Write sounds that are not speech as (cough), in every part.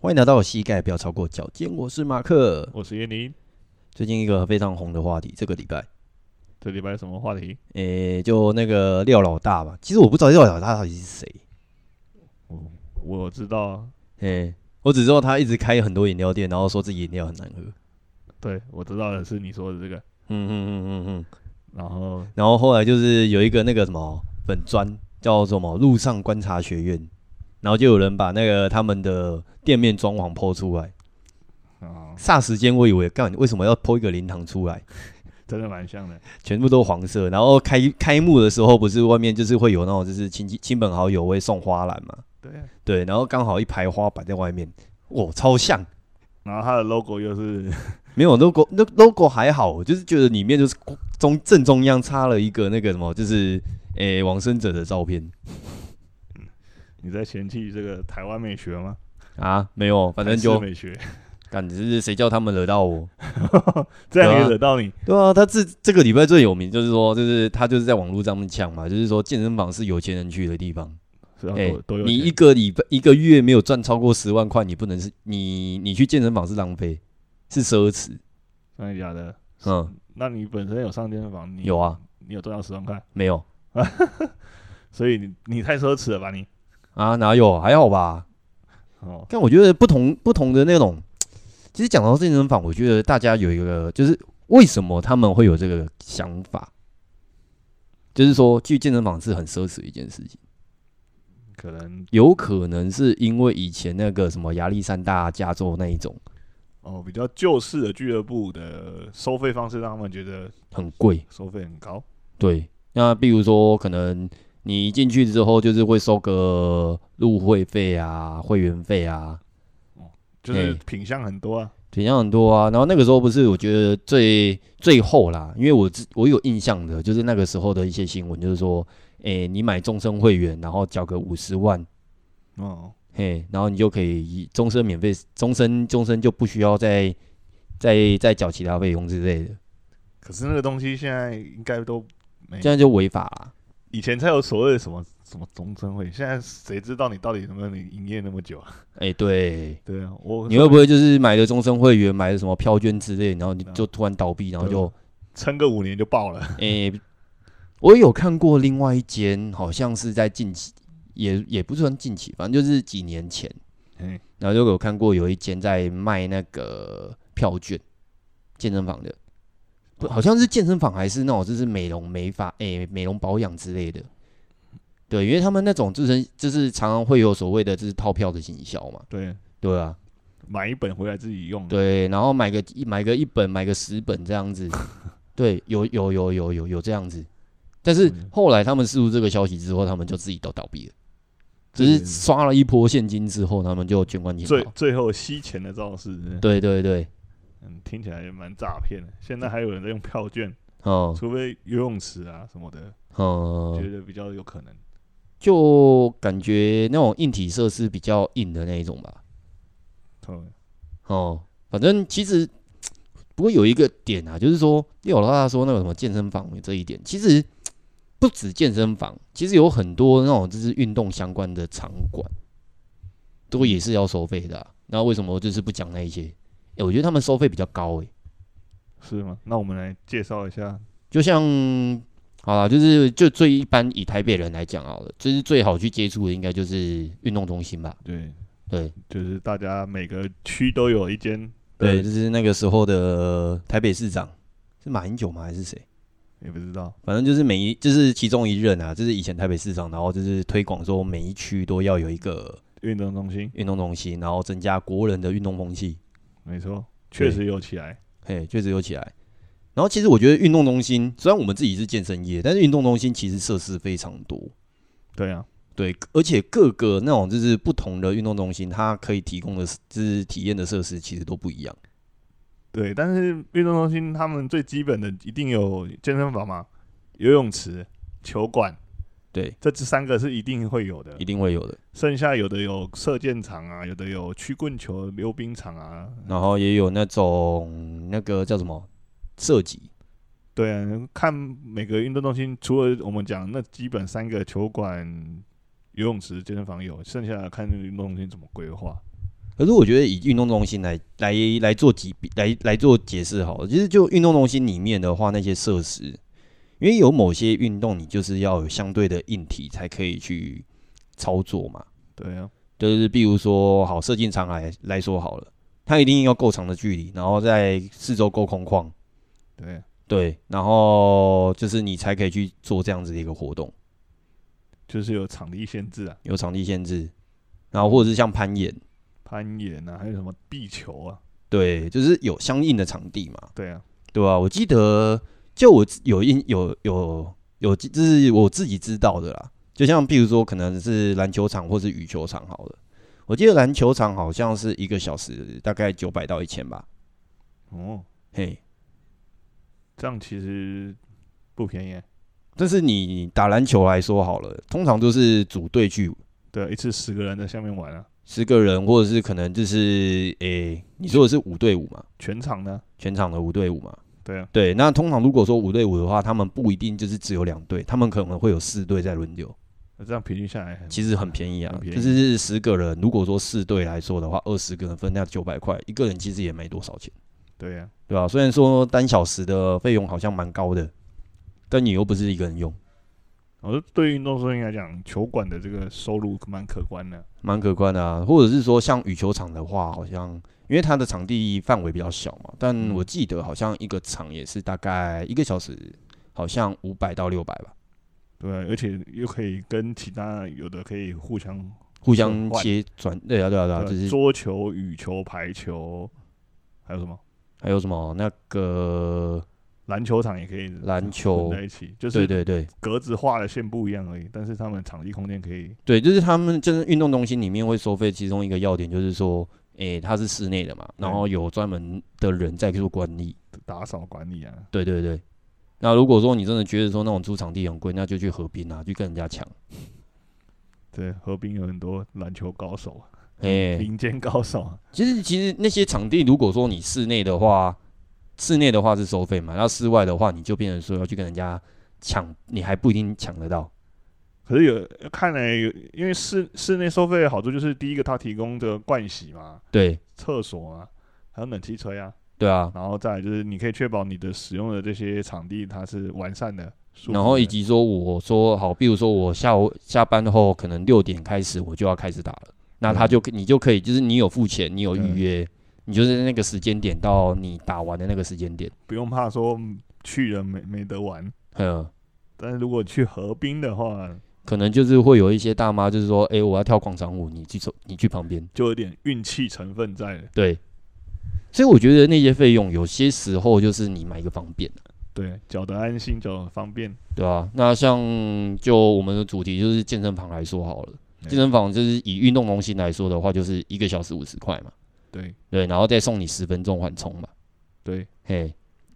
欢迎来到我膝盖不要超过脚尖，我是马克。我是燕妮。最近一个非常红的话题，这个礼拜，这礼拜有什么话题？诶、就那个廖老大吧。其实我不知道廖老大到底是谁，我知道啊，诶、我只知道他一直开很多饮料店，然后说自己饮料很难喝。对我知道的是你说的这个。嗯嗯嗯嗯嗯。然后然后后来就是有一个那个什么粉砖叫什么路上观察学院，然后就有人把那个他们的店面装潢剖出来。啊、霎时间我以为干为什么要剖一个灵堂出来？ (laughs) 真的蛮像的。全部都黄色。然后开开幕的时候，不是外面就是会有那种就是亲戚亲朋好友会送花篮嘛？对啊，对，然后刚好一排花摆在外面，哇，超像。然后它的 logo 又是没有 logo，那 logo 还好，我就是觉得里面就是中正中央插了一个那个什么，就是诶、往生者的照片你在嫌弃这个台湾美学吗？啊，没有，反正就台式美学，感觉是谁叫他们惹到 (laughs) 我？这对样也啊惹到你。对啊，他这这个礼拜最有名就是说，就是他就是在网络上面呛嘛，就是说健身房是有钱人去的地方。是要哎、多多有你钱一个礼拜一个月没有赚超过十万块，你不能是你你去健身房是浪费，是奢侈。真的假的？嗯，那你本身有上健身房，你有啊，你有赚到十万块，没有所以你你太奢侈了吧你？啊？哪有？还好吧。哦，但我觉得不同不同的那种，其实讲到健身房，我觉得大家有一个就是为什么他们会有这个想法，就是说去健身房是很奢侈的一件事情。可能有可能是因为以前那个什么亚历山大、加州那一种哦比较旧式的俱乐部的收费方式，让他们觉得很贵，收费很高。对，那比如说，可能你一进去之后，就是会收个入会费啊、会员费啊，就是哎品相很多啊，品相很多啊。然后那个时候不是，我觉得最最后啦，因为我知我有印象的，就是那个时候的一些新闻，就是说，诶、你买终身会员，然后缴个五十万，哦，嘿，然后你就可以终身免费，终身终身就不需要再再再缴其他费用之类的，可是那个东西现在应该都没这，样就违法啦。以前才有所谓的什么什么终身会，现在谁知道你到底能不能营业那么久啊？哎、对，对啊，我你会不会就是买了终身会员，买了什么票券之类，然后你就突然倒闭，然后就撑个五年就爆 (laughs) 了，诶、我有看过另外一间，好像是在近期，也也不算近期，反正就是几年前，嘿然后就有看过有一间在卖那个票券，健身房的，不好像是健身房还是那种就是美容美发诶、美容保养之类的。对，因为他们那种就是就是常常会有所谓的就是套票的行销嘛，对，对啊，买一本回来自己用，，对，然后买个一买个一本，买个十本这样子。对，有有有有有有这样子，但是嗯后来他们释出这个消息之后，他们就自己都倒闭了，只这是个刷了一波现金之后，他们就捐款潜最逃。最后吸钱的招式，对对对，嗯，听起来也蛮诈骗的。现在还有人在用票券，哦除非游泳池啊什么的，哦、觉得比较有可能。就感觉那种硬体设施比较硬的那一种吧。对，哦、反正其实不过有一个点啊，就是说六老大说那个什么健身房这一点，其实不止健身房，其实有很多那种就是运动相关的场馆，都也是要收费的啊、那为什么我就是不讲那一些？哎、我觉得他们收费比较高欸诶、是吗？那我们来介绍一下，就像好啦，就是就最一般以台北人来讲好了，就是最好去接触的应该就是运动中心吧。对，对就是大家每个区都有一间，对，就是那个时候的台北市长是马英九吗？还是谁？也不知道，反正就是每一，就是其中一任啊，就是以前台北市长，然后就是推广说每一区都要有一个运动中心，运动中心，然后增加国人的运动风气。没错，对确实有起来。嘿，确实有起来。然后其实我觉得运动中心，虽然我们自己是健身业，但是运动中心其实设施非常多。对啊，对，而且各个那种就是不同的运动中心，它可以提供的就是体验的设施其实都不一样。对，啊但是运动中心他们最基本的一定有健身房嘛、游泳池、球馆，对，这这三个是一定会有的一。定会有的。剩下有的有射箭场啊，有的有曲棍球、溜冰场啊，然后也有那种那个叫什么射击，对啊，看每个运动中心，除了我们讲那基本三个球馆、游泳池、健身房有，剩下的看运动中心怎么规划。可可是我觉得以运动中心来来来做几来来做解释好了，其实就运动中心里面的话，那些设施，因为有某些运动你就是要有相对的硬体才可以去操作嘛，对啊，就是比如说好射进场来来说好了，它一定要够长的距离，然后在四周够空旷，对，啊对，然后就是你才可以去做这样子的一个活动。就是有场地限制啊，有场地限制，然后或者是像攀岩，攀岩啊，还有什么壁球啊，对，就是有相应的场地嘛，对啊，对吧、我记得就我自有印有有有，就是我自己知道的啦。就像譬如说，可能是篮球场或是羽球场好了，我记得篮球场好像是一个小时大概九百到一千吧，哦，嘿，这样其实不便宜欸，但是你打篮球来说好了，通常都是组队去对啊，一次十个人在下面玩啊，十个人，或者是可能就是诶、你说的是五对五嘛，全场呢，全场的五对五嘛，对啊，对，那通常如果说五对五的话，他们不一定就是只有两队，他们可能会有四队在轮流，那这样平均下来很，其实很便宜啊很，便宜就是十个人，如果说四队来说的话，二十个人分那九百块，一个人其实也没多少钱，对啊，对吧、虽然说单小时的费用好像蛮高的，但你又不是一个人用，我说对运动中心来讲，球馆的这个收入蛮可观的，蛮可观的啊。或者是说像羽球场的话，好像因为它的场地范围比较小嘛，但嗯我记得好像一个场也是大概一个小时，好像五百到六百吧。对啊，而且又可以跟其他有的可以互相互转相换切转，对啊，对啊，对啊，对就是桌球、羽球、排球，还有什么还有什么那个篮球场也可以篮球混在一起，就对是对对格子画的线不一样而已，但是他们场地空间可以对，就是他们就是运动中心里面会收费，其中一个要点就是说，诶、它是室内的嘛，然后有专门的人在做管理。打扫管理啊。对对对。那如果说你真的觉得说那种租场地很贵，那就去河滨啊，去跟人家抢。对，河滨有很多篮球高手啊，诶、民间高手啊，其实其实那些场地，如果说你室内的话，室内的话是收费嘛，那室外的话，你就变成说要去跟人家抢，你还不一定抢得到。可是有看来有，因为室室内收费的好处就是，第一个它提供这个盥洗嘛、对厕所啊，还有冷气吹啊，对啊，然后再来就是你可以确保你的使用的这些场地它是完善的，舒服然后以的及说，我说好，比如说我下午下班后可能六点开始我就要开始打了，那他就你就可以，就是你有付钱，你有对预约，你就是那个时间点到你打完的那个时间点，不用怕说嗯去了没没得玩。嗯，但是如果去河滨的话，可能就是会有一些大妈就是说，诶，我要跳广场舞，你去走，你去旁边，就有点运气成分在了。对，所以我觉得那些费用有些时候就是你买一个方便。对，脚的安心，脚的方便。对啊，那像就我们的主题就是健身房来说好了，嗯健身房就是以运动中心来说的话，就是一个小时五十块嘛，对对，然后再送你十分钟缓冲嘛，对嘿，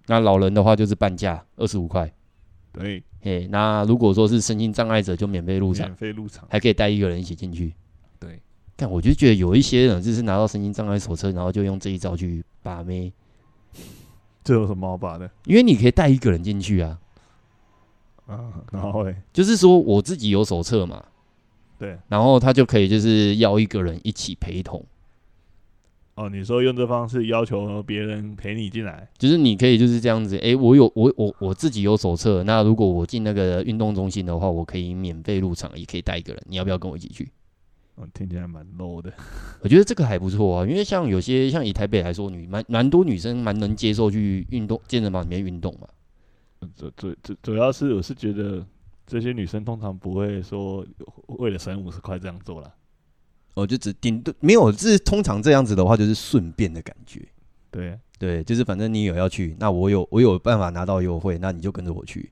那老人的话就是半价二十五块，对，嘿，那如果说是身心障碍者就免费入场免，费入场。还可以带一个人一起进去。对，但我就觉得有一些人就是拿到身心障碍手册，然后就用这一招去把妹，这有什么好把的因为你可以带一个人进去啊，啊？然后嘞，就是说我自己有手册嘛，对然后他就可以就是要一个人一起陪同。哦，你说用这方式要求别人陪你进来，就是你可以就是这样子，诶，我有我我我自己有手册，那如果我进那个运动中心的话，我可以免费入场，也可以带一个人，你要不要跟我一起去？哦，听起来蛮 low 的。 (laughs) 我觉得这个还不错啊，因为像有些像以台北来说，女蛮蛮多女生蛮能接受去运动健身房里面运动嘛，主主主主要是我是觉得这些女生通常不会说为了省五十块这样做啦。哦，就只顶多没有，就是通常这样子的话，就是顺便的感觉，对，对，就是反正你有要去，那我有我有办法拿到优惠，那你就跟着我去，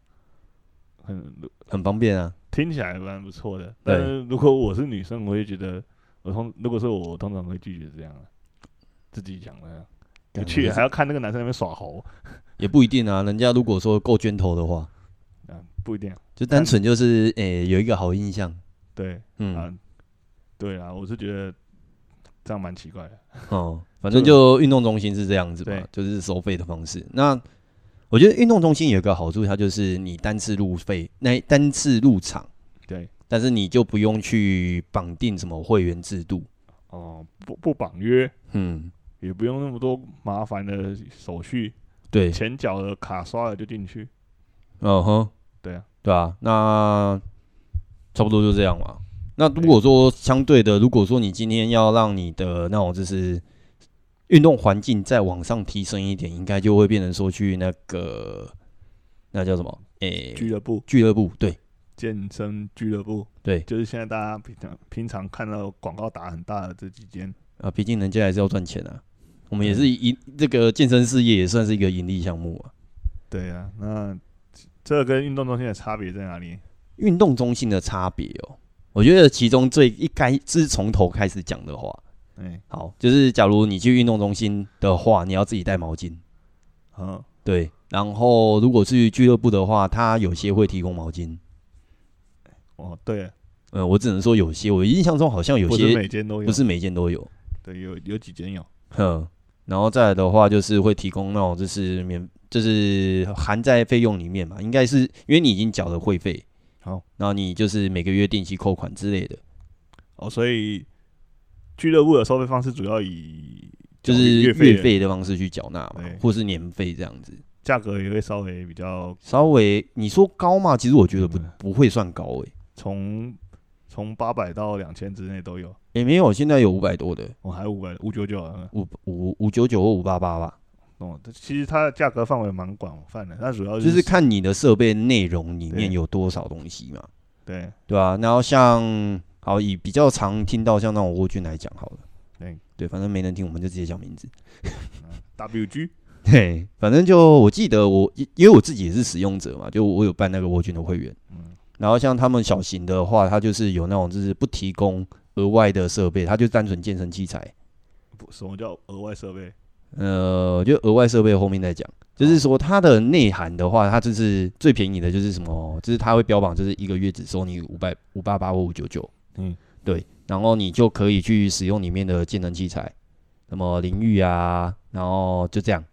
很很方便啊，听起来蛮不错的。但是如果我是女生，我会觉得我通如果是我，我通常会拒绝这样啊自己讲的啊。你去还要看那个男生在那边耍猴也不一定啊，人家如果说够捐头的话，啊，不一定啊。就单纯就是诶、有一个好印象。对嗯，啊，对啊，我是觉得这样蛮奇怪的。哦，反正就运动中心是这样子嘛对，就是收费的方式。那我觉得运动中心有一个好处，它就是你单次入费，那单次入场，对，但是你就不用去绑定什么会员制度。哦、不不绑约，嗯，也不用那么多麻烦的手续，对，钱缴了，卡刷了就进去。嗯哼，对啊，对啊，那差不多就这样嘛。那如果说相对的，如果说你今天要让你的那种就是运动环境再往上提升一点，应该就会变成说去那个那叫什么？诶、俱乐部、俱乐部，对健身俱乐部，对就是现在大家平常平常看到广告打很大的这几间，啊，毕竟人家还是要赚钱啊。我们也是盈这个健身事业也算是一个盈利项目啊。对啊，那这个跟运动中心的差别在哪里？运动中心的差别哦，我觉得其中最一该是从头开始讲的话，哎、好，就是假如你去运动中心的话，你要自己带毛巾。好，对，然后如果是俱乐部的话，它有些会提供毛巾。哦，对，呃，我只能说有些，我印象中好像有不是些每间都有，不是每间都有。嗯对，有有几间有，哼，嗯然后再来的话就是会提供那种就是免就是含在费用里面嘛，应该是因为你已经缴了会费，好，然后你就是每个月定期扣款之类的，哦，所以俱乐部的收费方式主要以就是月月费的方式去缴纳嘛对，或是年费这样子。价格也会稍微比较稍微你说高嘛，其实我觉得不嗯不会算高诶、欸从从八百到两千之内都有，也、没有，现在有五百多的，我、还五百五九九啊，五五五九九或五八八吧，哦，这其实它的价格范围蛮广泛的，那主要就是看你的设备内容里面对有多少东西嘛，对对吧、然后像好以比较常听到像那种蜗菌来讲好了，对对，反正没人听，我们就直接讲名字。 WG 嘿， (laughs) 反正就我记得我因因为我自己也是使用者嘛，就我有办那个蜗菌的会员，嗯然后像他们小型的话，它就是有那种就是不提供额外的设备，它就单纯健身器材。不什么叫额外设备？呃，就额外设备后面再讲。哦就是说它的内涵的话，它就是最便宜的，就是什么，就是它会标榜就是一个月只收你五百五八八或五九九，嗯，对，然后你就可以去使用里面的健身器材，什么淋浴啊，然后就这样，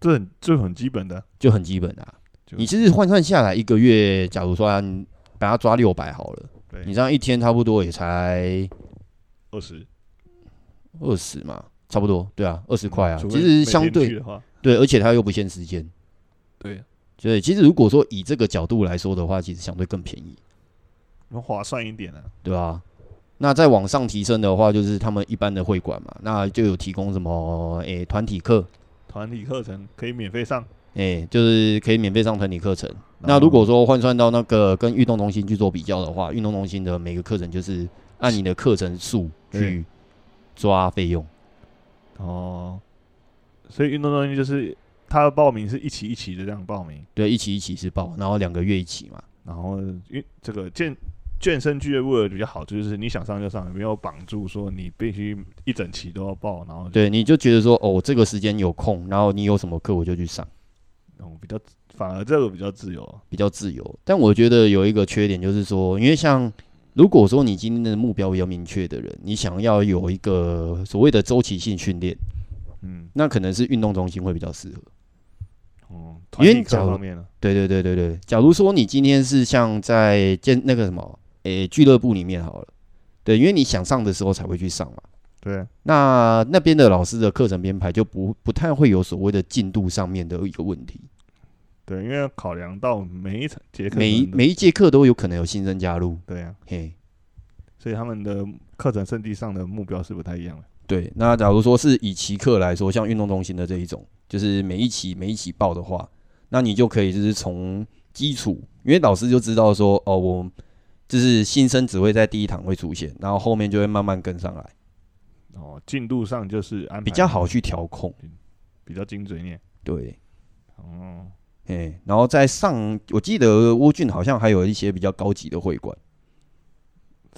这很这很基本的，就很基本啊。就你其实换算下来，一个月，假如说啊你把它抓六百好了，对，你这样一天差不多也才二十二十嘛，差不多，对啊，二十十块啊，其实相对的话，对，而且它又不限时间。对，所以其实如果说以这个角度来说的话，其实相对更便宜，那划算一点啊。对吧？那再往上提升的话，就是他们一般的会馆嘛，那就有提供什么诶团、体课，团体课程可以免费上，诶、就是可以免费上团体课程。然那后如果说换算到那个跟运动中心去做比较的话，运动中心的每个课程就是按你的课程数去抓费用，哦，所以运动中心就是他的报名是一期一期的这样报名，对，一起一起是报，然后两个月一起嘛，然后运这个健健身俱乐部的比较好，就是你想上就上，没有绑住说你必须一整期都要报，然后就对，你就觉得说哦，我这个时间有空，然后你有什么课我就去上。嗯比较反而这个比较自由，啊比较自由。但我觉得有一个缺点就是说，因为像如果说你今天的目标比较明确的人，你想要有一个所谓的周期性训练，嗯，那可能是运动中心会比较适合。哦，因团为体课假如方面呢，对对对对对，假如说你今天是像在健那个什么，诶、俱乐部里面好了，对，因为你想上的时候才会去上嘛。对，那那边的老师的课程编排就不不太会有所谓的进度上面的一个问题，对，因为要考量到每一场节课每一程的每一节课都有可能有新生加入，对啊，嘿，所以他们的课程圣地上的目标是不太一样的。对，那假如说是以期课来说，像运动中心的这一种，就是每一期每一期报的话，那你就可以就是从基础，因为老师就知道说，哦，我就是新生只会在第一堂会出现，然后后面就会慢慢跟上来，哦，进度上就是安排比较好去调控。嗯比较精准一点。对，哦，哎，然后在上，我记得窝俊好像还有一些比较高级的会馆，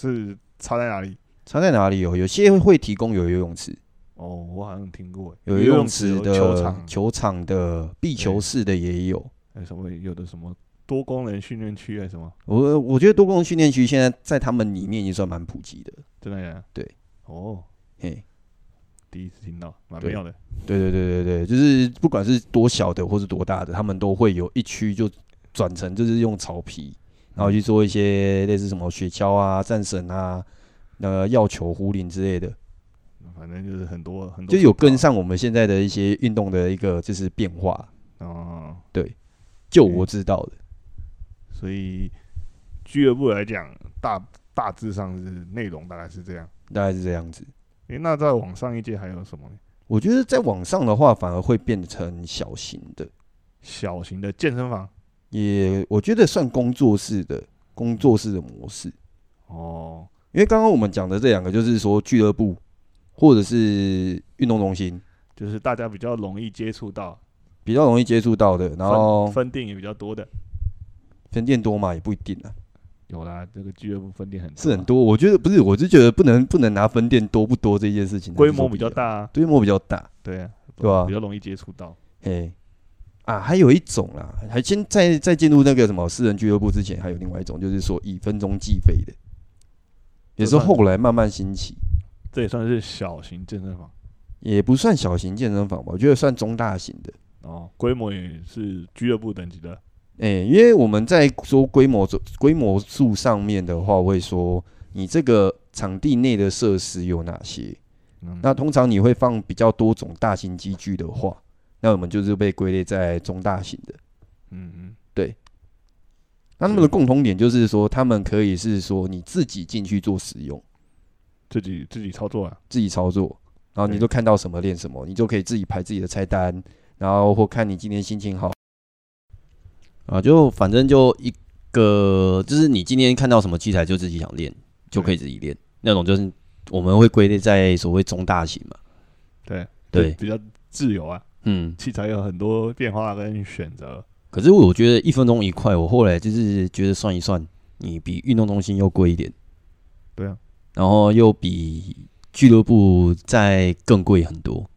是差在哪里？差在哪里哦有？有些会提供有游泳池，哦，我好像听过有游游泳池池有的、球场、球场的、壁球对室的也有。还有什么有的什么多功能训练区还是什么，我我觉得多功能训练区现在在他们里面已经算蛮普及的。真的呀？对，啊哦，嘿，第一次听到，蛮对妙的。对对对对对，就是不管是多小的或是多大的，他们都会有一区就转成就是用草皮，然后去做一些类似什么雪橇啊、战绳啊、呃药球、壶铃之类的，反正就是很多很多，就有跟上我们现在的一些运动的一个就是变化。哦。就我知道的，所以俱乐部来讲，大大致上是内容大概是这样。大概是这样子。诶、那再往上一届还有什么呢我觉得在网上的话，反而会变成小型的，小型的健身房？也我觉得算工作室的工作室的模式。哦，因为刚刚我们讲的这两个，就是说俱乐部或者是运动中心就是大家比较容易接触到，比较容易接触到的，然后分分店也比较多的。分店多嘛，也不一定啊，有啦，这个俱乐部分店很是很啊，多。我觉得不是，我就觉得不能不能拿分店多不多这件事情，规模比较，大、啊，规模比较大，对啊，对吧比？较容易接触到。嘿，啊，还有一种啦，还先在在进入那个什么私人俱乐部之前，还有另外一种，就是说以分钟计费的，也是这算后来慢慢兴起，这也算是小型健身房也不算小型健身房吧，我觉得算中大型的。哦，规模也是俱乐部等级的。诶、哎因为我们在说规模规模数上面的话，我会说你这个场地内的设施有哪些？嗯，那通常你会放比较多种大型机具的话，那我们就是被归类在中大型的。嗯嗯，那他们的共同点就是说，他们可以是说你自己进去做使用，自己自己操作啊。自己操作，然后你对就看到什么练什么，你就可以自己排自己的菜单，然后或看你今天心情好啊，就反正就一个，就是你今天看到什么器材就自己想练，就可以自己练。那种就是我们会归类在所谓中大型嘛。对对，比较自由啊，嗯。器材有很多变化跟选择。可是我觉得一分钟一块，我后来就是觉得算一算，你比运动中心又贵一点，对啊，然后又比俱乐部再更贵很多，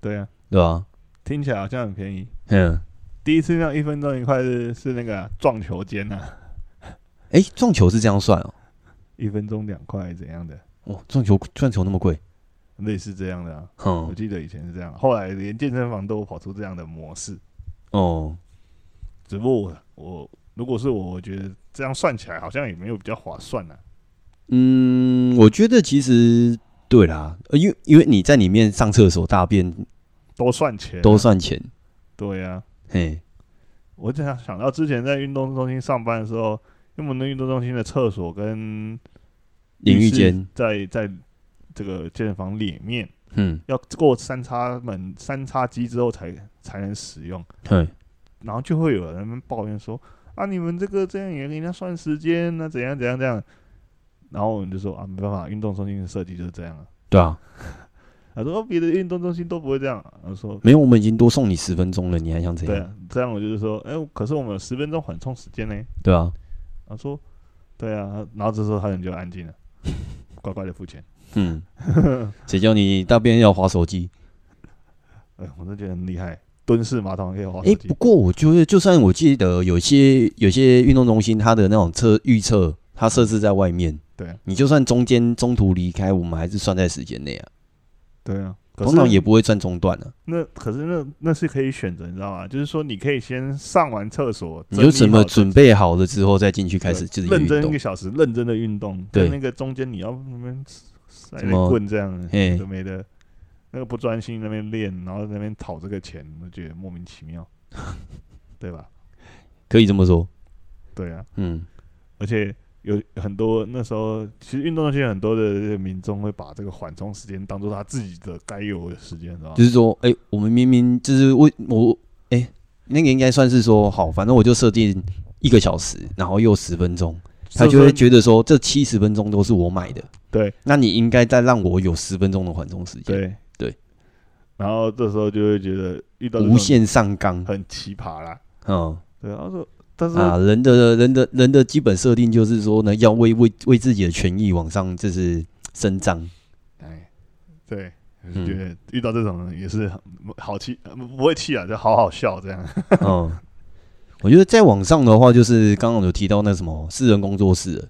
对啊，对吧？听起来好像很便宜。嗯，第一次那一分钟一块是是那个啊、撞球间呐、啊， (laughs) 哎、撞球是这样算哦、一分钟两块怎样的，哦，撞球撞球那么贵，类似这样的啊。我哦哼，记得以前是这样，后来连健身房都跑出这样的模式。哦，只不过我我如果是我，我觉得这样算起来好像也没有比较划算啊呐、嗯，我觉得其实对啦，呃因为因为你在里面上厕所、大便都算钱啊、都算钱，对呀、啊。嘿，我只想想到之前在运动中心上班的时候，因为我们的运动中心的厕所跟淋浴室间，在在这个健身房里面，嗯，要过三叉门三叉机之后才才能使用，嘿，然后就会有人抱怨说啊，你们这个这样也给人家算时间，那怎样怎样怎样，然后我们就说啊，没办法，运动中心的设计就是这样啊。对啊，他说哦别的运动中心都不会这样啊，我说没有，我们已经多送你十分钟了，你还想怎对样？啊，这样我就是说，哎、可是我们有十分钟缓冲时间呢。对啊，他说对啊，然后这时候他人就安静了， (laughs) 乖乖的付钱。嗯， (laughs) 谁叫你大便要划手机？哎、我真的觉得很厉害，蹲式马桶还可以滑哎、手机不。过我觉得，就算我记得有些有些运动中心，它的那种测预测，它设置在外面，对啊你就算中间中途离开，我们还是算在时间内啊，对啊，可通是常也不会算中断啊。那可是那那是可以选择，你知道吗？就是说你可以先上完厕所，你就整怎理好么自己准备好了之后再进去开始自己认运真一动个。小时，认真的运动。对跟那个中间你要那边塞什那么棍这样，嘿都没的。那个不专心那边练，然后在那边讨这个钱，我觉得莫名其 (laughs) 妙，对吧？可以这么说，对啊，嗯，而且有很多那时候，其实运动中心很多的民众会把这个缓冲时间当做他自己的该有的时间，是吧就？是说，哎、我们明明就是为我，哎、那个应该算是说好，反正我就设定一个小时，然后又十分钟，他就会是说觉得说这七十分钟都是我买的，对那你应该再让我有十分钟的缓冲时间。对对。然后这时候就会觉得遇到这种无限上纲，很奇葩啦，嗯对。然后说，但是啊，人的人的人的基本设定就是说呢，要为为为自己的权益往上就是伸张，哎，对，我嗯就觉得遇到这种人也是很好气，呃不不会气啊，就好好笑这样。 (laughs) (laughs) 嗯。我觉得再往上的话，就是刚刚有提到那什么私人工作室了，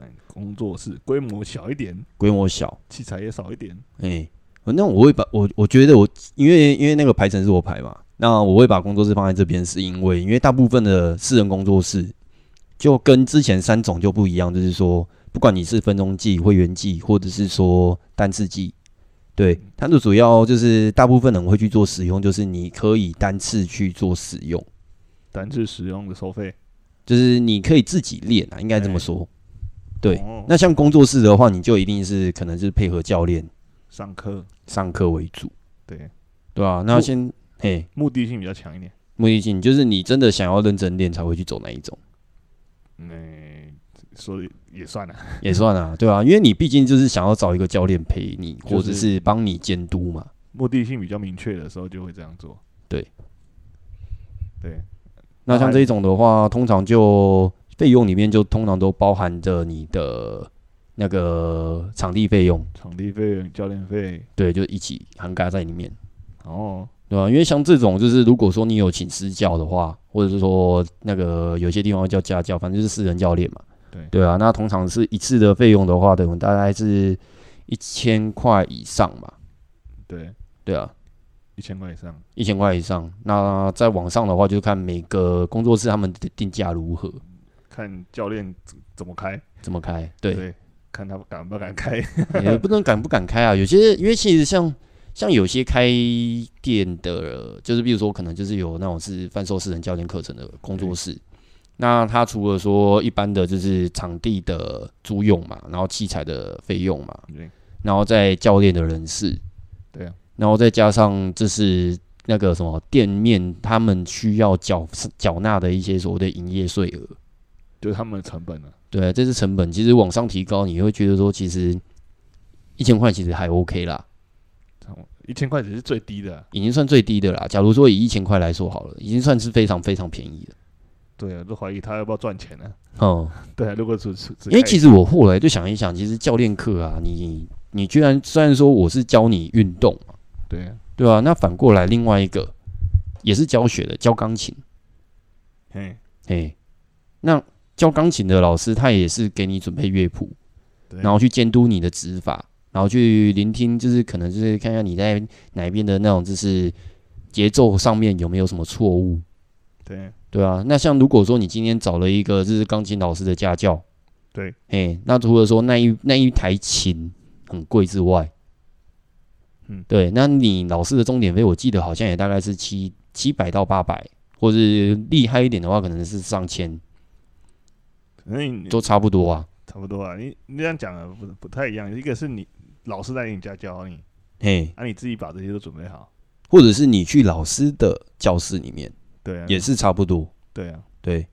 哎，工作室规模小一点，规模小，器材也少一点，哎、那我会把我我觉得我因为因为那个排程是我排嘛，那我会把工作室放在这边，是因为因为大部分的私人工作室就跟之前三种就不一样，就是说，不管你是分钟计、会员计，或者是说单次计，对，它的主要就是大部分人会去做使用，就是你可以单次去做使用，单次使用的收费，就是你可以自己练啊，应该这么哎说。对哦，那像工作室的话，你就一定是可能是配合教练上课，上课为主，对，对吧、那先嘿，目的性比较强一点。目的性就是你真的想要认真练才会去走那一种，嗯，说的也算了，也算啊，对啊，因为你毕竟就是想要找一个教练陪你，就是或者是帮你监督嘛。目的性比较明确的时候就会这样做。对，对，那像这一种的话，通常就费用里面就通常都包含着你的那个场地费用，场地费、教练费，哦对，就一起涵盖在里面，然后对吧、因为像这种就是如果说你有请私教的话，或者是说那个有些地方会叫家教，反正就是私人教练嘛。对对啊，那通常是一次的费用的话，对我们大概是一千块以上吧。对对啊，一千块以上，一千块以上。那在网上的话，就看每个工作室他们的定价如何，看教练怎怎么开，怎么开。对，看他敢不敢开。也不能敢不敢开啊。有些因为其实像像有些开店的，就是比如说可能就是有那种是贩售私人教练课程的工作室。那他除了说一般的就是场地的租用嘛，然后器材的费用嘛， (laughs) 对然后再教练的人事，对啊，然后再加上就是那个什么店面他们需要缴缴纳的一些所谓的营业税额，就是他们的成本了、啊对，啊这是成本。其实往上提高，你会觉得说其实一千块其实还 OK 啦，一千块只是最低的啊、已经算最低的啦。假如说以一千块来说好了，已经算是非常非常便宜了。对啊，都怀疑他要不要赚钱呢、哦、对啊，如果只是只因为开其实我后来就想一想，其实教练课啊，你你居然虽然说我是教你运动嘛，对啊，对吧、那反过来另外一个也是教学的，教钢琴。嘿，哎，那教钢琴的老师他也是给你准备乐谱，对然后去监督你的指法，然后去聆听，就是可能就是看看你在哪一边的那种就是节奏上面有没有什么错误，对对啊。那像如果说你今天找了一个就是钢琴老师的家教，对，哎，那除了说那一那一台琴很贵之外，嗯对，那你老师的钟点费我记得好像也大概是七七百到八百，或是厉害一点的话可能是上千。嗯反正你都差不多啊。差不多啊。你你这样讲啊，不不太一样。一个是你老师在你家教你，嘿，啊，你自己把这些都准备好。或者是你去老师的教室里面，对啊，也是差不多。对啊，对，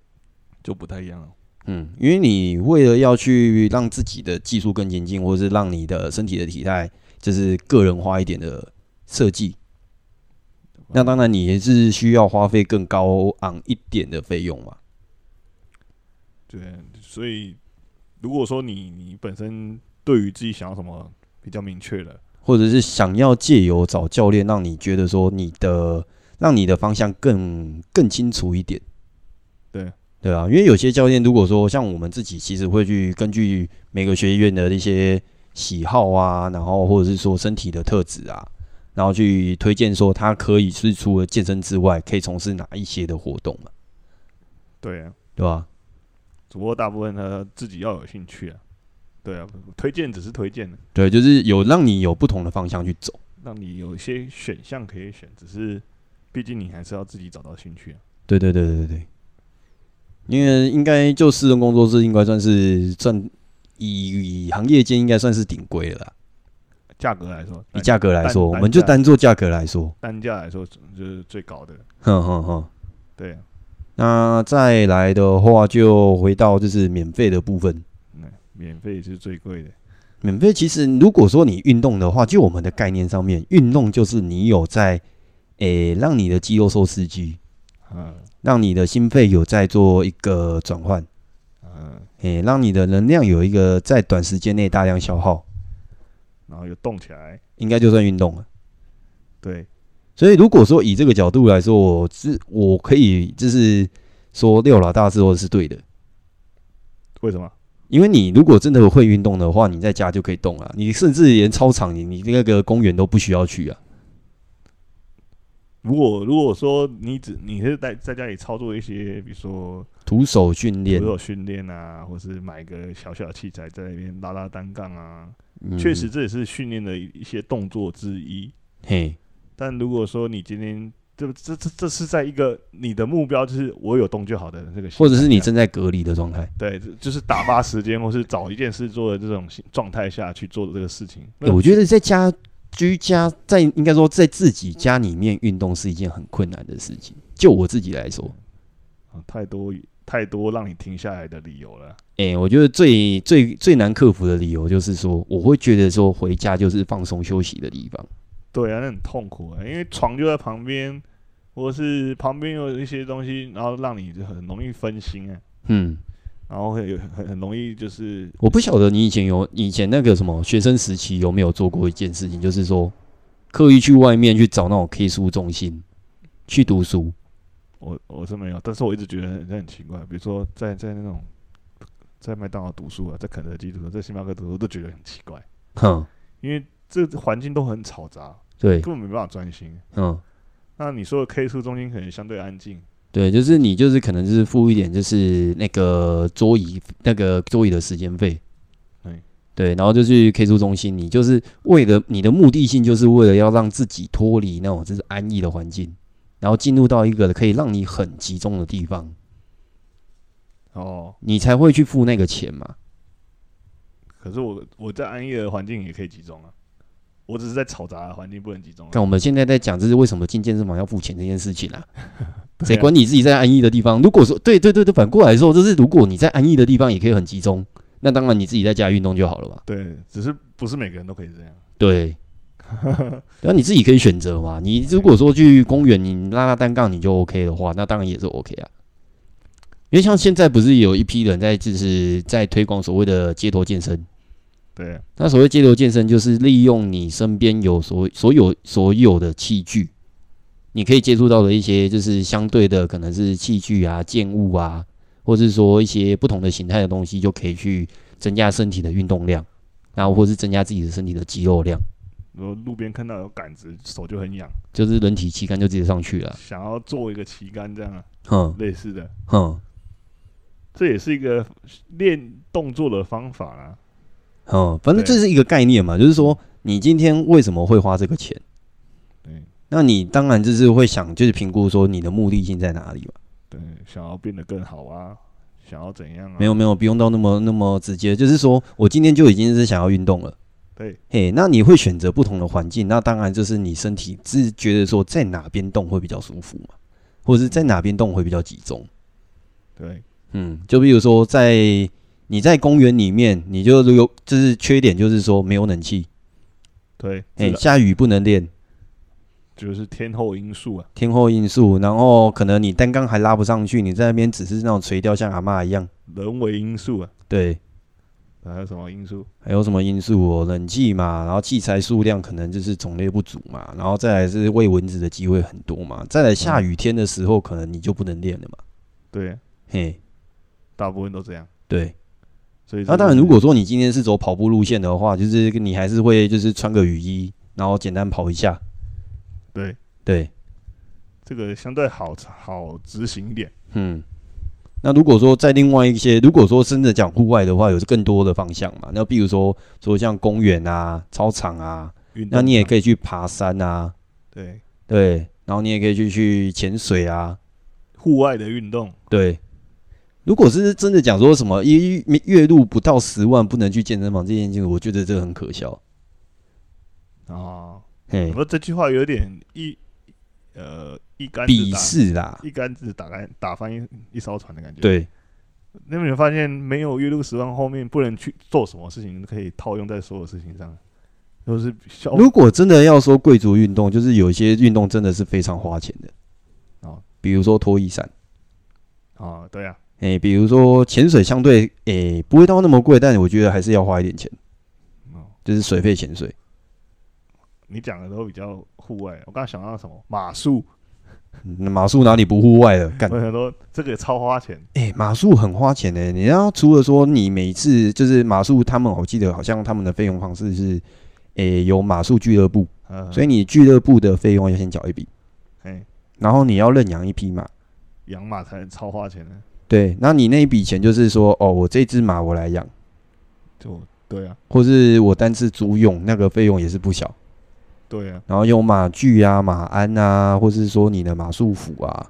就不太一样了。嗯，因为你为了要去让自己的技术更前进，或者是让你的身体的体态就是个人化一点的设计，那当然你也是需要花费更高昂一点的费用嘛。对，啊所以如果说你你本身对于自己想要什么比较明确了，或者是想要借由找教练，让你觉得说你的让你的方向更更清楚一点。对对啊，因为有些教练如果说像我们自己，其实会去根据每个学院的一些喜好啊，然后或者是说身体的特质啊，然后去推荐说他可以是除了健身之外，可以从事哪一些的活动嘛，对啊，对吧、只不过大部分他自己要有兴趣啊。对啊，推荐只是推荐的，对，就是有让你有不同的方向去走。让你有一些选项可以选，只是毕竟你还是要自己找到兴趣啊。对对对对对对，因为应该就私人工作室应该算是算以以行业界应该算是顶规了啦。价格来说，以单价格来单说，我单们就价单做价格来说，单价来说就是最高的。哼哼哼。对啊，那再来的话，就回到就是免费的部分。那免费是最贵的。免费其实如果说你运动的话，就我们的概念上面，运动就是你有在诶、让你的肌肉受刺激，嗯让你的心肺有在做一个转换，嗯，诶、让你的能量有一个在短时间内大量消耗，然后又动起来，应该就算运动了。对，所以如果说以这个角度来说，我是我可以就是说六老大说的是对的，为什么？因为你如果真的会运动的话，你在家就可以动啊，你甚至连操场你你那个公园都不需要去啊。如果如果说你只你是在在家里操作一些，比如说徒手训练徒，手训练啊，或是买个小小的器材在那边拉拉单杠啊，嗯确、实，这也是训练的一一些动作之一。嘿，但如果说你今天这这这这是在一个你的目标就是我有动就好的这个心态下，或者是你正在隔离的状态。对，这就是打发时间或是找一件事做的这种心状态下去做的这个事情，欸我觉得在家居家，在应该说在自己家里面运动是一件很困难的事情。就我自己来说，啊太多太多让你停下来的理由了。哎、我觉得最最最难克服的理由就是说，我会觉得说回家就是放松休息的地方。对啊，那很痛苦啊、因为床就在旁边，或是旁边有一些东西，然后让你就很容易分心啊、嗯，然后会有很很容易就是我不晓得你以前有以前那个什么学生时期有没有做过一件事情，就是说刻意去外面去找那种 K 书中心去读书。我我是没有，但是我一直觉得很很奇怪，比如说在在那种在麦当劳读书啊，在肯德基读书，在星巴克读书，都觉得很奇怪，哼，因为这环境都很嘈杂，对，根本没办法专心。嗯，那你说的 K 书中心可能相对安静，对，就是你就是可能就是付一点就是那个桌椅那个桌椅的时间费对，对，然后就去 K 书中心，你就是为了你的目的性就是为了要让自己脱离那种就是安逸的环境，然后进入到一个可以让你很集中的地方，哦，你才会去付那个钱嘛。可是我我在安逸的环境也可以集中啊，我只是在嘈杂的环境不能集中、看啊。我们现在在讲这是为什么进健身房要付钱这件事情啊，对啊谁管你自己在安逸的地方？如果说对对对对，反过来说就是如果你在安逸的地方也可以很集中，那当然你自己在家运动就好了嘛。对，只是不是每个人都可以这样。对，然后你自己可以选择嘛。你如果说去公园，你拉拉单杠你就 OK 的话，那当然也是 OK 啊。因为像现在不是有一批人在就是在推广所谓的街头健身，对，啊那所谓街头健身就是利用你身边有所所有所有的器具，你可以接触到的一些就是相对的可能是器具啊、建物啊，或是说一些不同的形态的东西，就可以去增加身体的运动量，然后或是增加自己的身体的肌肉量。如果路边看到有杆子，手就很痒，就是人体期刊就直接上去了。想要做一个旗杆这样啊，哼类似的，哼这也是一个练动作的方法啦。哼，反正对啊这是一个概念嘛，就是说你今天为什么会花这个钱？对那你当然就是会想，就是评估说你的目的性在哪里嘛。对，想要变得更好啊，想要怎样啊？没有没有，不用到那么那么直接，就是说我今天就已经是想要运动了。对，嘿，那你会选择不同的环境，那当然就是你身体自觉得说在哪边动会比较舒服嘛，或者是在哪边动会比较集中。对，嗯，就比如说在你在公园里面，你就如有就是缺点就是说没有冷气，对，哎、是的下雨不能练，就是天后因素啊。天候因素，然后可能你单杠还拉不上去，你在那边只是那种垂钓，像阿嬷一样。人为因素啊，对，还有什么因素？还有什么因素哦？冷气嘛，然后器材数量可能就是种类不足嘛，然后再来是喂蚊子的机会很多嘛，再来下雨天的时候，可能你就不能练了嘛。对，嘿，大部分都这样。对。嗯所以这那当然，就是如果说你今天是走跑步路线的话，就是你还是会就是穿个雨衣，然后简单跑一下。对对，这个相对好好执行一点，嗯，那如果说在另外一些，如果说真的讲户外的话，有更多的方向嘛。那比如说说像公园啊、操场啊，运动那你也嘛可以去爬山啊，对对，然后你也可以去去潜水啊，户外的运动，对。如果是真的讲说什么一月入不到十万不能去健身房这件事情，我觉得这个很可笑。啊，嘿不，过这句话有点一呃一竿子鄙打视啦，一竿子打开打翻一一艘船的感觉。，对，那么你发现没有月入十万后面不能去做什么事情，可以套用在所有事情上，就是消如果真的要说贵族运动，就是有一些运动真的是非常花钱的哦比如说拖衣伞。啊，对啊，诶、比如说潜水相对诶、不会到那么贵，但我觉得还是要花一点钱，哦，就是水费潜水。你讲的都比较户外。我刚刚想到什么马术，嗯马术哪里不户外了？干我想说这个也超花钱，诶、马术很花钱的、你要除了说你每次就是马术，他们我记得好像他们的费用方式是诶、有马术俱乐部，嗯，所以以你俱乐部的费用要先缴一笔。哎然后你要认养一匹马，养马才超花钱的，对，那你那一笔钱就是说，哦，我这只马我来养，就对啊，或是我单次租用，那个费用也是不小。对啊，然后用马具啊、马鞍啊，或是说你的马术服啊，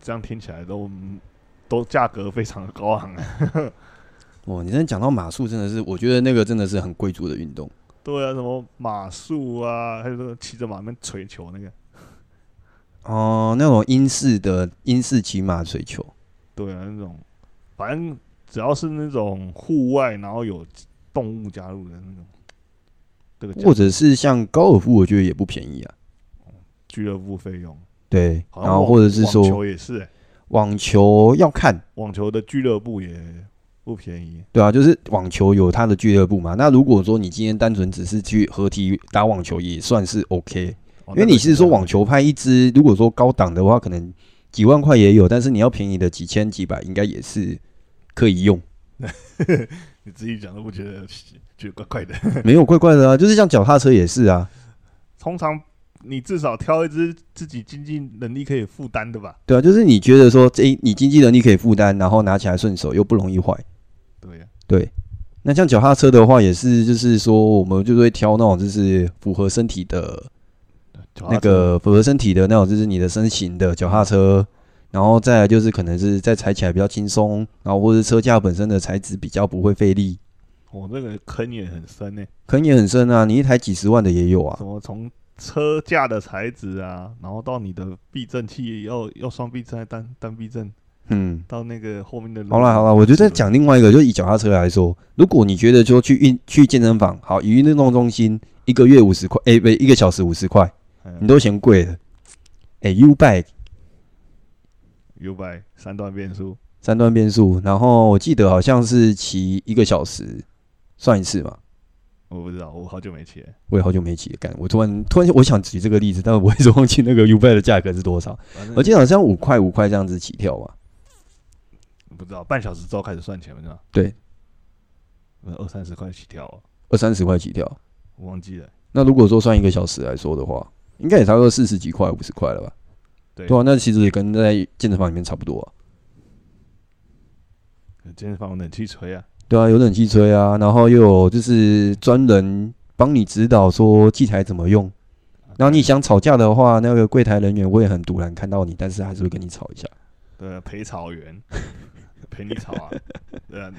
这样听起来都嗯都价格非常的高昂 (laughs) 啊。哦哇，你真的讲到马术，真的是，我觉得那个真的是很贵族的运动。对啊，什么马术啊，还有那个骑着马面锤球那个，哦，那种英式的英式骑马水球，对啊，那种反正只要是那种户外，然后有动物加入的那种，这个价或者是像高尔夫，我觉得也不便宜啊。俱乐部费用，对，好像然后网或者是网说球也是欸、网球要看，网球的俱乐部也不便宜，对啊，就是网球有它的俱乐部嘛。那如果说你今天单纯只是去合体打网球，也算是 OK，因哦为你是说网球，拍一支，如果说高档的话，可能几万块也有，但是你要便宜的几千几百，应该也是可以 (laughs) 用。那个你自己讲都不觉得觉得怪怪的。 (laughs) 没有怪怪的啊，就是像脚踏车也是啊，通常你至少挑一支自己经济能力可以负担的吧？对啊，就是你觉得说这你经济能力可以负担，然后拿起来顺手又不容易坏。对啊呀、对，那像脚踏车的话，也是就是说我们就会挑那种就是符合身体的脚踏那车个符合身体的那种，就是你的身形的脚踏车，然后再来就是可能是再踩起来比较轻松，然后或是车架本身的材质比较不会费力，我那个坑也很深呢、坑也很深啊，你一台几十万的也有啊什，么从车架的材质啊，然后到你的避震器要要双避震还是单单避震，嗯。到那个后面的好啦好啦，我就再讲另外一个，就以脚踏车来说，如果你觉得说去运去健身房，好，以运动中心一个月五十块，哎、不，一个小时五十块，嗯你都嫌贵了。哎、u bike U 百三段变速，三段变速，然后我记得好像是骑一个小时算一次嘛，我不知道，我好久没骑了，我也好久没骑了，干，我突然突然我想举这个例子，但我一直忘记那个 U bike 的价格是多少，反正我记得好像五块五块这样子起跳吧。不知道半小时之后开始算钱，不是吗？对，呃二三十块起跳、哦，二三十块起跳，我忘记了。那如果说算一个小时来说的话，应该也差不多四十几块、五十块了吧？对啊，那其实也跟在健身房里面差不多啊。健身房有冷气吹啊，对啊，有冷气吹啊，然后又有就是专人帮你指导说器材怎么用。然后你想吵架的话，那个柜台人员会很突然看到你，但是还是会跟你吵一下。对啊陪草原， (laughs) 陪你吵啊，对啊，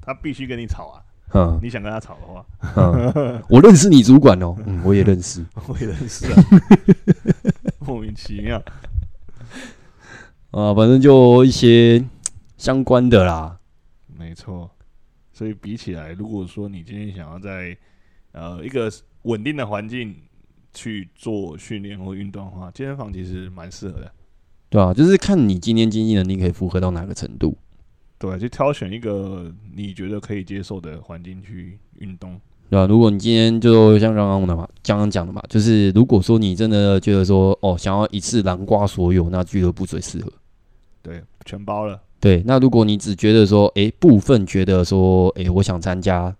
他他必须跟你吵啊，嗯你想跟他吵的话，嗯， (laughs) 我认识你主管哦，嗯，我也认识。我也认识 (laughs) 啊，莫名其妙。啊，反正就一些相关的啦。没错，所以比起来，如果说你今天想要在呃一个稳定的环境去做训练或运动的话，健身房其实蛮适合的。对啊，就是看你今天经济能力可以符合到哪个程度。对，啊就挑选一个你觉得可以接受的环境去运动。对啊，如果你今天就像刚刚的嘛，刚刚讲的嘛，就是如果说你真的觉得说哦，想要一次囊括所有，那俱乐部最适合。对，全包了。对，那如果你只觉得说，诶、部分觉得说，诶、我想参加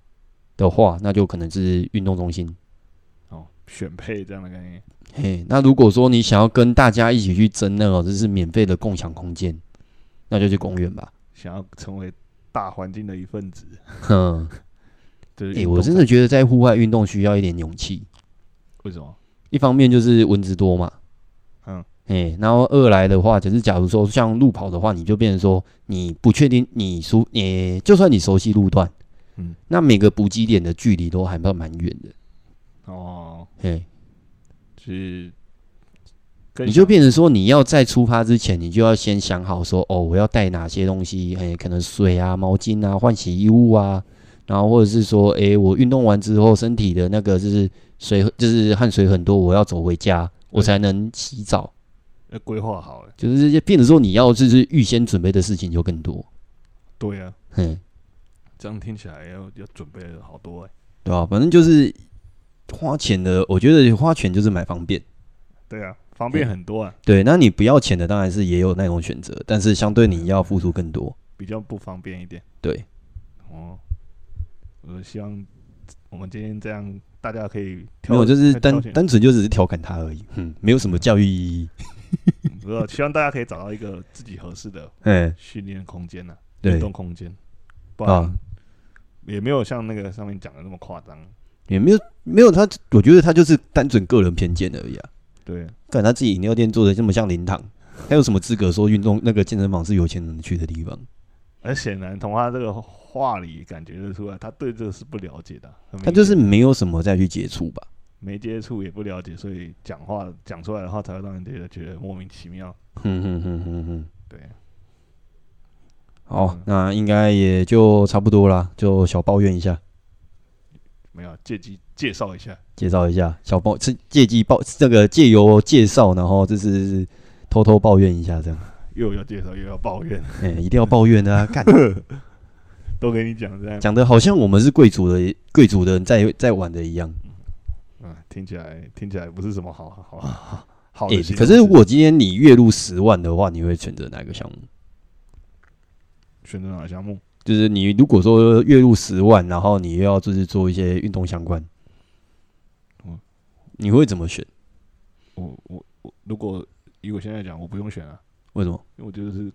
的话，那就可能是运动中心。哦，选配这样的概念，嘿，那如果说你想要跟大家一起去争那种就是免费的共享空间，那就去公园吧。想要成为大环境的一份子，哼，就是诶、运动我真的觉得在户外运动需要一点勇气。为什么？一方面就是蚊子多嘛，嗯，哎，然后二来的话，就是假如说像路跑的话，你就变成说你不确定你熟，诶、就算你熟悉路段，嗯，那每个补给点的距离都还蛮蛮远的，哦，嘿，就是更你就想变成说你要在出发之前，你就要先想好说，哦，我要带哪些东西，诶、可能水啊、毛巾啊、换洗衣物啊，然后或者是说，诶、我运动完之后身体的那个就是水，就是汗水很多，我要走回家，我对才能洗澡。要规划好了。就是这些变得说你要就是预先准备的事情就更多，对啊，嗯，这样听起来要要准备好多哎、对吧、反正就是花钱的，我觉得花钱就是买方便。对啊，方便很多啊，对，那你不要钱的当然是也有那种选择，但是相对你要付出更多。比较不方便一点。对，哦，我希望我们今天这样，大家可以挑没有，就是挑单选单纯就只是调侃他而已，嗯，没有什么教育意义。不知道，希望大家可以找到一个自己合适的哎，训练空间呐、啊，运对动空间，不然啊，也没有像那个上面讲的那么夸张。也没有没有他，我觉得他就是单纯个人偏见而已啊。对，看他自己饮料店做的这么像灵堂，他有什么资格说运动那个健身房是有钱人去的地方？而显然从他这个话里感觉得出来，他对这个是不了解的啊，很明他就是显没有什么再去接触吧。没接触也不了解，所以讲话讲出来的话才会让人觉得觉得莫名其妙。哼哼哼哼哼。对，好嗯，那应该也就差不多啦，就小抱怨一下，没有借机介绍一下，介绍一下小抱，是借机抱这个借由介绍，然后就是偷偷抱怨一下这样。 (laughs) 又要介绍又要抱怨， (laughs) 哎、一定要抱怨的啊！干，都给你讲这样，讲的好像我们是贵族的贵族的人在在玩的一样。嗯，听起来听起来不是什么好好好好哎、的形容词。可是如果今天你月入十万的话，你会选择哪个项目？选择哪个项目？就是你如果说月入十万，然后你又要就是做一些运动相关嗯，你会怎么选？我我我，如果以我现在讲，我不用选啊，为什么？因为我就是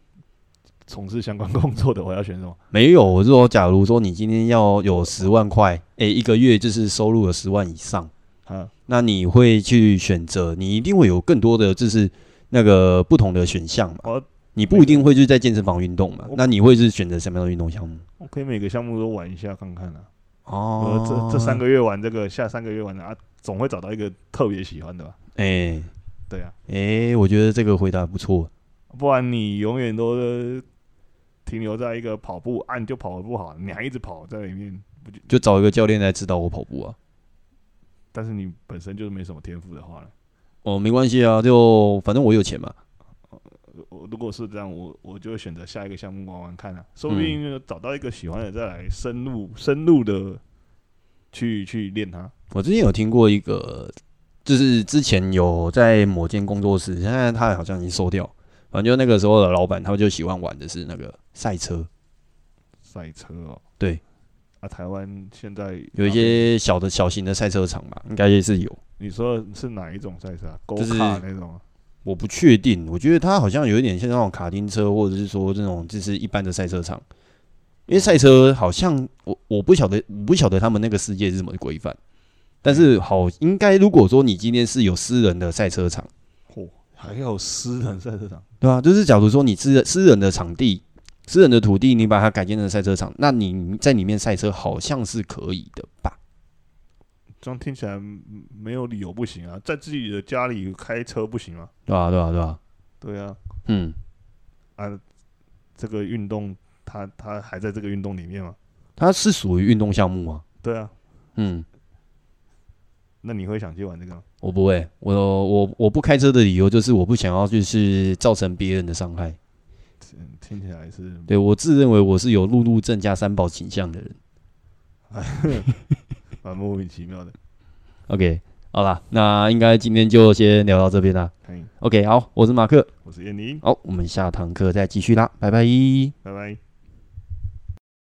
从事相关工作的，我要选什么？ (laughs) 没有，我是说，假如说你今天要有十万块，诶、一个月就是收入有十万以上，啊，那你会去选择，你一定会有更多的就是那个不同的选项嘛。我你不一定会去在健身房运动嘛我，那你会是选择什么样的运动项目？我可以每个项目都玩一下看看啊。哦我这这三，个月玩这个，下三个月玩的啊，总会找到一个特别喜欢的吧？哎、对啊，哎、我觉得这个回答不错。不然你永远都呃停留在一个跑步，啊，你就跑得不好，你还一直跑在里面，不就？就找一个教练来指导我跑步啊。但是你本身就是没什么天赋的话呢？哦，没关系啊，就反正我有钱嘛。我我如果是这样，我我就会选择下一个项目玩玩看啊，说不定找到一个喜欢的再来深入深入的去去练它。我之前有听过一个，就是之前有在某间工作室，现在他好像已经收掉。反正就那个时候的老板，他就喜欢玩的是那个赛车，赛车哦，对啊，台湾现在啊有一些小的小型的赛车场嘛，应该也是有。你说是哪一种赛车啊？勾就是卡那种啊？我不确定，我觉得它好像有一点像那种卡丁车，或者是说这种就是一般的赛车场，因为赛车好像我我不晓得，我不晓得他们那个世界是怎么规范，但是好应该如果说你今天是有私人的赛车场，嚯、还有私人赛车场，对吧、就是假如说你私人私人的场地、私人的土地，你把它改建成赛车场，那你在里面赛车好像是可以的吧？这样听起来嗯没有理由不行啊，在自己的家里开车不行吗？对吧、对吧、对吧、对啊，嗯，啊，这个运动它它还在这个运动里面吗？它是属于运动项目啊，对啊，嗯。那你会想去玩这个吗？我不会，我我我不开车的理由就是我不想要就是造成别人的伤害。嗯听起来是对我自认为我是有路怒症加三宝倾向的人。 (laughs) 蛮莫名其妙的。 OK，好啦，那应该今天就先聊到这边啦。嘿， OK，好，我是马克，我是燕妮，好，我们下堂课再继续啦，拜拜。拜拜。